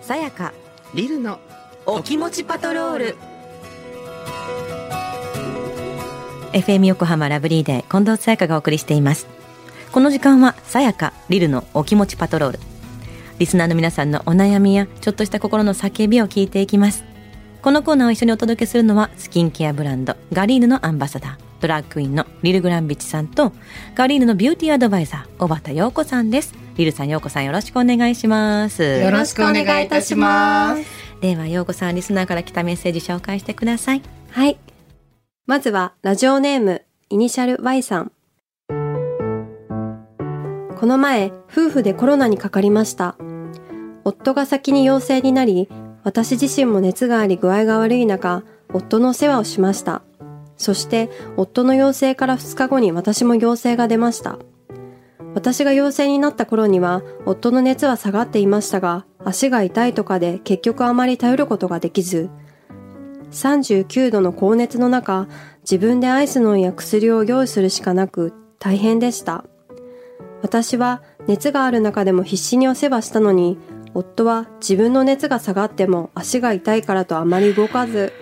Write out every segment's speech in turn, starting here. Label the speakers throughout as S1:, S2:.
S1: さやか
S2: リルの
S1: お気持ちパトロール FM 横浜ラブリーデー近藤さやかがお送りしていますこの時間はさやかリルのお気持ちパトロールリスナーの皆さんのお悩みやちょっとした心の叫びを聞いていきますこのコーナーを一緒にお届けするのはスキンケアブランドガリーヌのアンバサダードラッグクイーンのリル・グランビチさんとガリーヌのビューティーアドバイザー小畑陽子さんですリルさん陽子さんよろしくお願いします
S2: よろしくお願いいたします
S1: では陽子さんリスナーから来たメッセージ紹介してください
S3: はい。まずは、ラジオネーム、イニシャル Y さん。この前、夫婦でコロナにかかりました。夫が先に陽性になり、私自身も熱があり具合が悪い中、夫のお世話をしました。そして、夫の陽性から2日後に私も陽性が出ました。私が陽性になった頃には、夫の熱は下がっていましたが、足が痛いとかで結局あまり頼ることができず、39度の高熱の中、自分でアイスのんや薬を用意するしかなく、大変でした。私は熱がある中でも必死にお世話したのに、夫は自分の熱が下がっても足が痛いからとあまり動かず、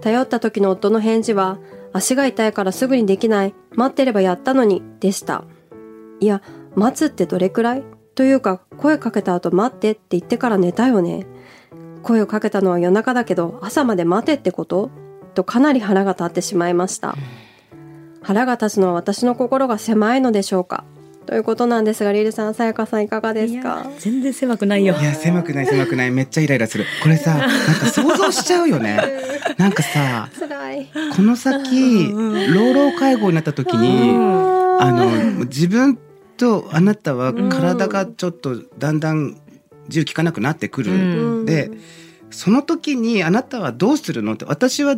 S3: 頼った時の夫の返事は、足が痛いからすぐにできない、待ってればやったのに、でした。いや、待つってどれくらいというか、声かけた後待ってって言ってから寝たよね。声をかけたのは夜中だけど朝まで待てってこととかなり腹が立ってしまいました腹が立つのは私の心が狭いのでしょうかということなんですがリルさんさやかさんいかがですか
S1: 全然狭くないよ
S2: いや狭くない狭くないめっちゃイライラするこれさなんか想像しちゃうよ ねなんかさ
S3: 辛い
S2: この先老老介護になった時にあの自分とあなたは体がちょっとだんだん自由効かなくなってくる、
S1: うん
S2: でその時にあなたはどうするのって私は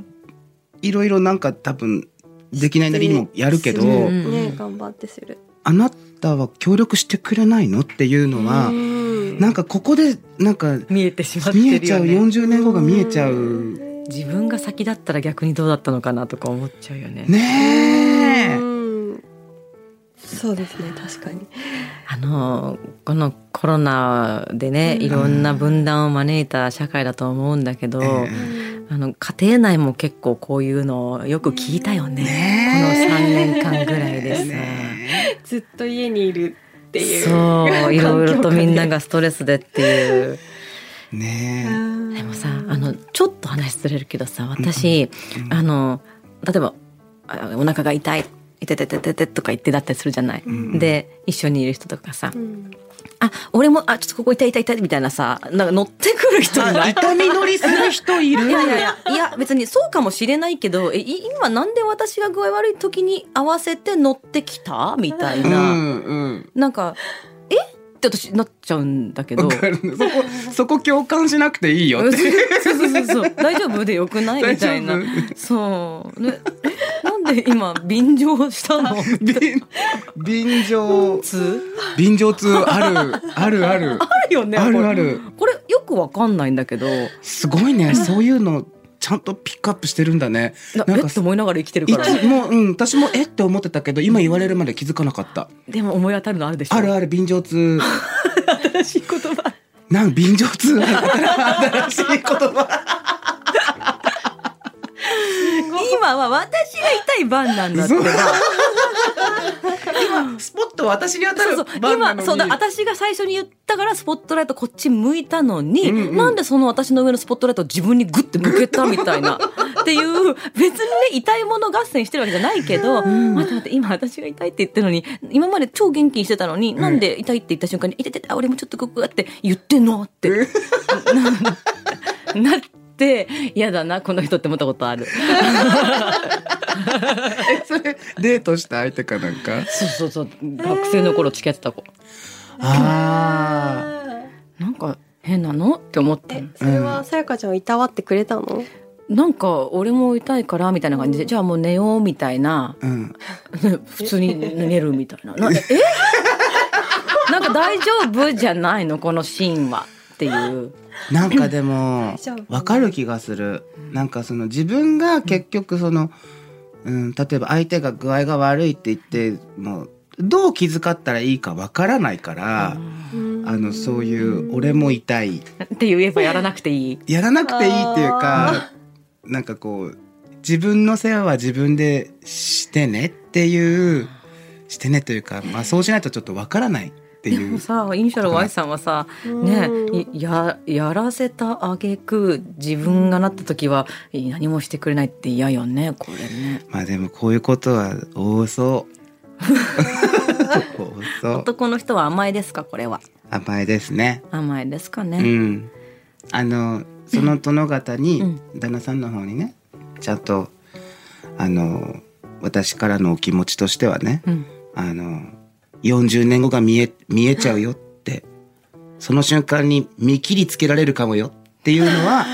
S2: いろいろなんか多分できないなりにもやるけど、
S3: す
S1: るうん
S3: ね頑張ってする
S2: あなたは協力してくれないのっていうのは、
S3: うん
S2: なんかここでなんか
S1: 見えてしまって
S2: 見え
S1: る
S2: ちゃ
S1: よ
S2: う、
S1: ね
S2: 40年後が見えちゃう
S1: 自分が先だったら逆にどうだったのかなとか思っちゃうよね
S2: ねえ
S3: うんそうですね確かに
S1: あのこのコロナでね
S3: うん
S1: いろんな分断を招いた社会だと思うんだけど、
S2: え
S1: あの家庭内も結構こういうのをよく聞いたよねこの3
S2: ね
S1: 年間ぐらい
S2: え
S1: でさ、
S2: ね
S3: ずっと家にいるっていう
S1: そういろいろとみんな
S3: が
S1: がストレスでっていう
S2: えね
S1: で
S3: で
S1: もさあのちょっと話ずれるけどさ私、
S2: うん
S1: あの例えばあお腹が痛い痛い痛い痛い痛い痛いとか言ってだったりするじゃない、
S2: ん
S1: で一緒にいる人とかさ、
S3: うん
S1: あ俺もあちょっとここ痛い痛い痛いみたいなさなんか乗ってくる人いな
S2: え
S1: い
S2: 痛み乗りする人いる
S1: いやいやいやいや別にそうかもしれないけどえい今なんで私が具合悪い時に合わせて乗ってきたみたいうな、
S2: んうん
S1: なんかえって私なっちゃうんだけど
S2: わかるそこそこ共感しなくていいよ
S1: う
S2: っ
S1: ん
S2: て
S1: そうそうそうそう大丈夫でよくないみ
S2: 大丈
S1: た
S2: 夫
S1: いなそうねえなんで今便乗したの
S2: 便便乗
S1: つ
S2: 便乗痛あるあるある
S1: あるよね
S2: あるあ
S1: これ
S2: る
S1: これよくわかんないんだけど
S2: すごいねそういうのちゃんとピックアップしてるんだね
S1: な
S2: なん
S1: え
S2: か
S1: って思いながら生きてる
S2: い
S1: からね
S2: つもうん私もえって思ってたけど今言われるまで気づかなかった
S1: でも思い当たるのあるでしょ
S2: あるある便乗 痛
S1: 新しい言葉
S2: なん便乗痛新しい言葉
S1: 今は私が痛い番なんだって
S2: そ
S1: ば
S2: う 今スポットは私に当た
S1: そ
S2: る
S1: うそう今そうだ私が最初に言ったからスポットライトこっち向いたのに、
S2: うんうん
S1: なんでその私の上のスポットライトを自分にグッて向けたみたい なっていう別にね痛いもの合戦してるわけじゃないけど、待って待って今私が痛いって言ってるのに今まで超元気にしてたのに、なんで痛いって言った瞬間に「痛い痛い痛いあ俺もちょっとここが」って言ってんのってななって嫌だなこの人って思ったことある。
S2: それデートした相手かなんか
S1: そうそうそう学生の頃付き合ってた子
S2: あ
S1: なんか変なのって思ったの
S3: えそれはさやかちゃんをいたわってくれたの
S1: なんか俺も痛いからみたいな感じで、じゃあもう寝ようみたいな
S2: あうん
S1: 普通に寝るみたい ななえなんか大丈夫じゃないのこのシーンはっていう
S2: なんかでも
S3: 丈夫
S2: わかる気がするなんかその自分が結局その、うん、例えば相手が具合が悪いって言ってもうどう気遣ったらいいかわからないから、あのそういう俺も痛い
S1: って言えばやらなくていい。
S2: やらなくていいっていうかなんかこう自分の世話は自分でしてねっていうしてねというか、まあ、そうしないとちょっとわからないって
S1: で
S2: い
S1: も
S2: う。
S1: さイニシャル Y さんはさね
S3: うん
S1: いややらせたあげく自分がなった時は何もしてくれないって嫌よねこれね。
S2: まあでもこういうことは 多そう。 多そう。
S1: 男の人は甘えですかこれは
S2: 甘えですね。
S1: 甘えですか
S2: う
S1: ね。
S2: ん。あの、その殿方に、
S1: うん
S2: 旦那さんの方にね、ちゃんと、あの、私からのお気持ちとしてはね、
S1: うん
S2: あの、40年後が見え、見えちゃうよって、その瞬間に見切りつけられるかもよっていう のは、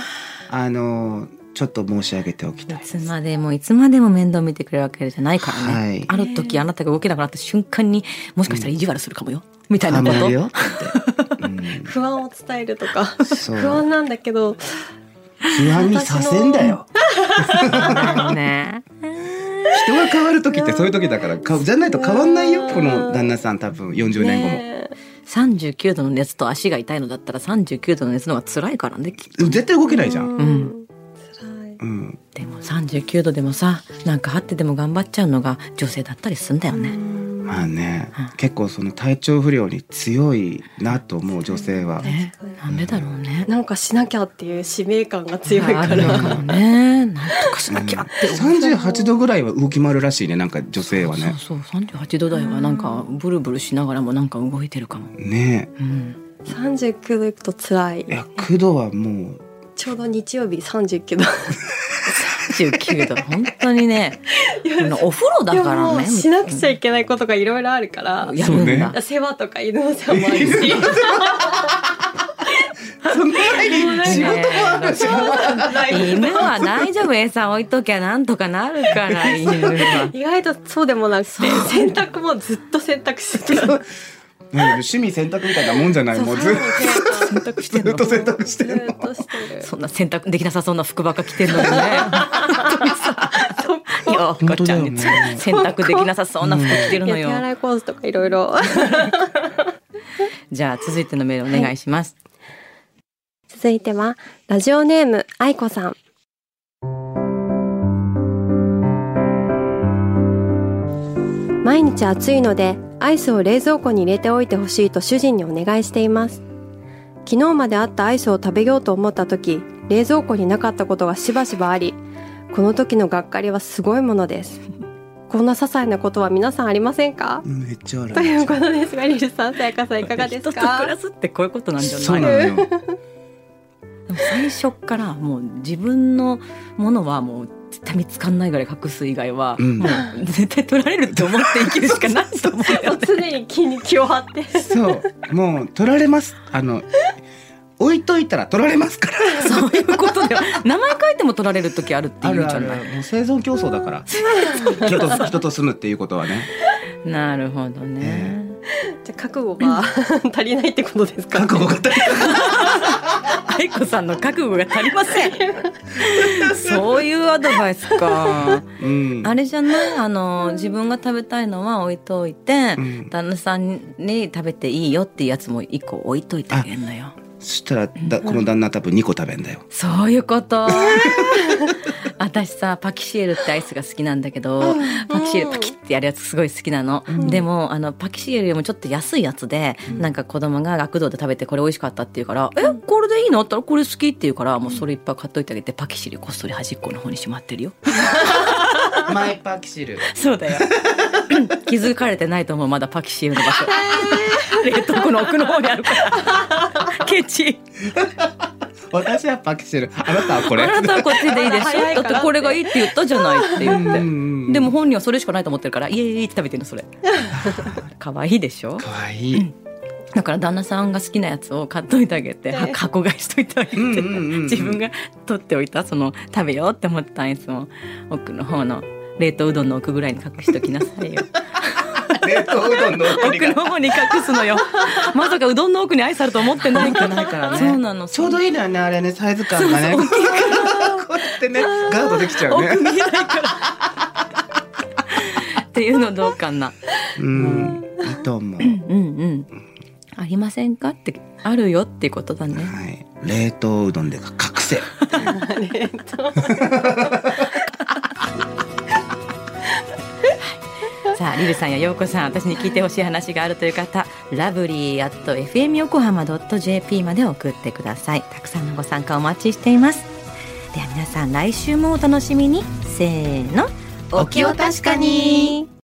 S2: あの、ちょっと申し上げておきた
S1: い
S2: い。
S1: つまでもいつまでも面倒見てくれるわけじゃないからね、
S2: はい
S1: ある時あなたが動けなくなった瞬間にもしかしたら意地悪するかもよ、みたいなこ
S2: 甘え
S1: と
S2: るよって。うん
S3: 不安を伝えるとか
S2: そう
S3: 不安なんだけど
S2: 不安にさせんだよ。
S1: ね
S2: 人が変わる時ってそういう時だから、かじゃないと変わんないよ。この旦那さん多分40年後も。
S3: ねえ
S1: 39度の熱と足が痛いのだったら39度の熱の方が辛いからねきっと
S2: 絶対動けないじゃ。
S3: うん
S1: ん
S3: 辛い
S2: うん。
S1: でも39度でもさなんか張ってでも頑張っちゃうのが女性だったりすんだよね、
S2: まあね
S1: う、
S2: 結構その体調不良に強いなと思う女性は。
S1: ねなんでだろうね
S3: なんかしなきゃっていう使命感が強いか
S1: あるの
S3: ら
S1: かもねなんとかしなきゃって思う
S2: 三十八度ぐらいは動き回るらしいね。なんか女性はね。
S1: そうそう38度台はなんかブルブルしながらもなんか動いてるかも、
S2: ね
S1: うん、
S3: 39度いくと辛い
S2: え。いや、苦度はもう。
S3: ちょうど日曜日39度
S1: 39度本当にねお風呂
S3: い
S1: だ
S3: や
S1: から
S3: もう
S1: ね
S3: しなくちゃいけないことがいろいろあるから
S1: やるんだ、
S3: 世話とか犬の世話もあ るし
S2: その前に仕事もあるし。
S1: 犬は大丈夫餌置いときゃなんとかなるから犬は
S3: 意外とそうでもなくて洗濯もずっと洗濯してたそう
S2: なんか趣味洗濯みたいなもんじゃない。もうずっ
S1: 洗濯して
S2: と
S1: ん
S2: ずっ
S1: の
S2: と洗濯して
S3: ず
S2: る
S3: っ
S2: の。
S3: としてる
S1: そんな洗濯できなさそうな服ばっか着てんのにねようこちゃ んに
S2: 本当だよね
S1: 洗濯できなさそうな服着てる
S3: い
S1: の
S3: や手
S1: よ
S3: 洗いコースとかいろいろ
S1: じゃあ続いてのメールお願いします、
S3: 続いてはラジオネーム愛子さん毎日暑いのでアイスを冷蔵庫に入れておいてほしいと主人にお願いしています昨日まであったアイスを食べようと思った時冷蔵庫になかったことがしばしばありこの時のがっかりはすごいものですこんな些細なことは皆さんありませんか
S2: めっちゃある
S3: と。いうことですがリルさんさやかさんいかが です
S1: 人と暮ら
S3: か
S1: すってこういうことなんじゃない
S2: そうなのよ。
S1: でも最初からもう自分のものはもう絶対見つかんないぐらい隠す以外は、
S2: うん
S1: もう絶対取られると思って生きるしかないと思うよね。
S3: 常に気に気を張って
S2: そう。もう取られます。あの。置いといたら取られますから。
S1: そういうことでは名前書いても取られる時あるって
S2: あ
S1: いう
S2: る
S1: じ
S2: あ
S1: ゃ
S2: る
S1: ない。
S2: もう生存競争だから人と人と住むっていうことはね
S1: なるほどね。
S3: じゃあ覚悟が 足りないってことですか、
S2: 覚悟が足りない
S1: 愛子さんの覚悟が足りません。そういうアドバイスか。
S2: うん
S1: あれじゃないあの自分が食べたいのは置いといて、
S2: うん
S1: 旦那さんに食べていいよっていうやつも一個置いといてあげんのよ。
S2: そしたらだこの旦那多分2個食べんだよ
S1: そういうこと。 私さパキシエルってアイスが好きなんだけど、パキシエルパキってやるやつすごい好きなの、でもあのパキシエルよりもちょっと安いやつで、なんか子供が学童で食べてこれ美味しかったって言うから「えこれでいいの?」って言ったら「これ好き」って言うからもうそれいっぱい買っといてあげてパキシエルこっそり端っこの方にしまってるよ
S2: マイパキシル
S1: そうだよ 気づかれてないと思うまだパキシエルの場 所冷凍庫の奥の方にあるからケチ
S2: 私はパキシルあなたはこれ
S1: あなたはこっちでいいでし
S3: 早いか
S1: ょ
S3: ら
S1: だってこれがいいって言ったじゃないって言って。
S2: で
S1: でも本人はそれしかないと思ってるから、イエーイって食べてるの、そ れ。可愛いでしょ
S2: かわいい
S1: だから旦那さんが好きなやつを買っといてあげて、は箱買いしといてあげて、
S2: うんうんうんうん
S1: 自分が取っておいた、その、食べようって思ったアイスを、奥の方の、冷凍うどんの奥ぐらいに隠しときなさい よ。
S2: 冷凍うどんの
S1: 奥の方に隠すの よ。まさかうどんの奥にアイスあると思ってないから。
S2: ない からね
S1: そうなの。
S2: ちょうどいいのよねあれねサイズ感がねこうやってねガードできちゃう
S1: 奥
S2: ね
S1: 見えないから。っていうのどうかな。
S2: うん、いいと思う。
S1: うんうん。ありませんかってあるよっていうことだね。
S2: はい、冷凍うどんで覚醒。
S1: さあリルさんやヨーコさん私に聞いてほしい話があるという方ラブリー at fm 横浜 .jp まで送ってくださいたくさんのご参加お待ちしていますでは皆さん来週もお楽しみにせーの
S2: お気を確かに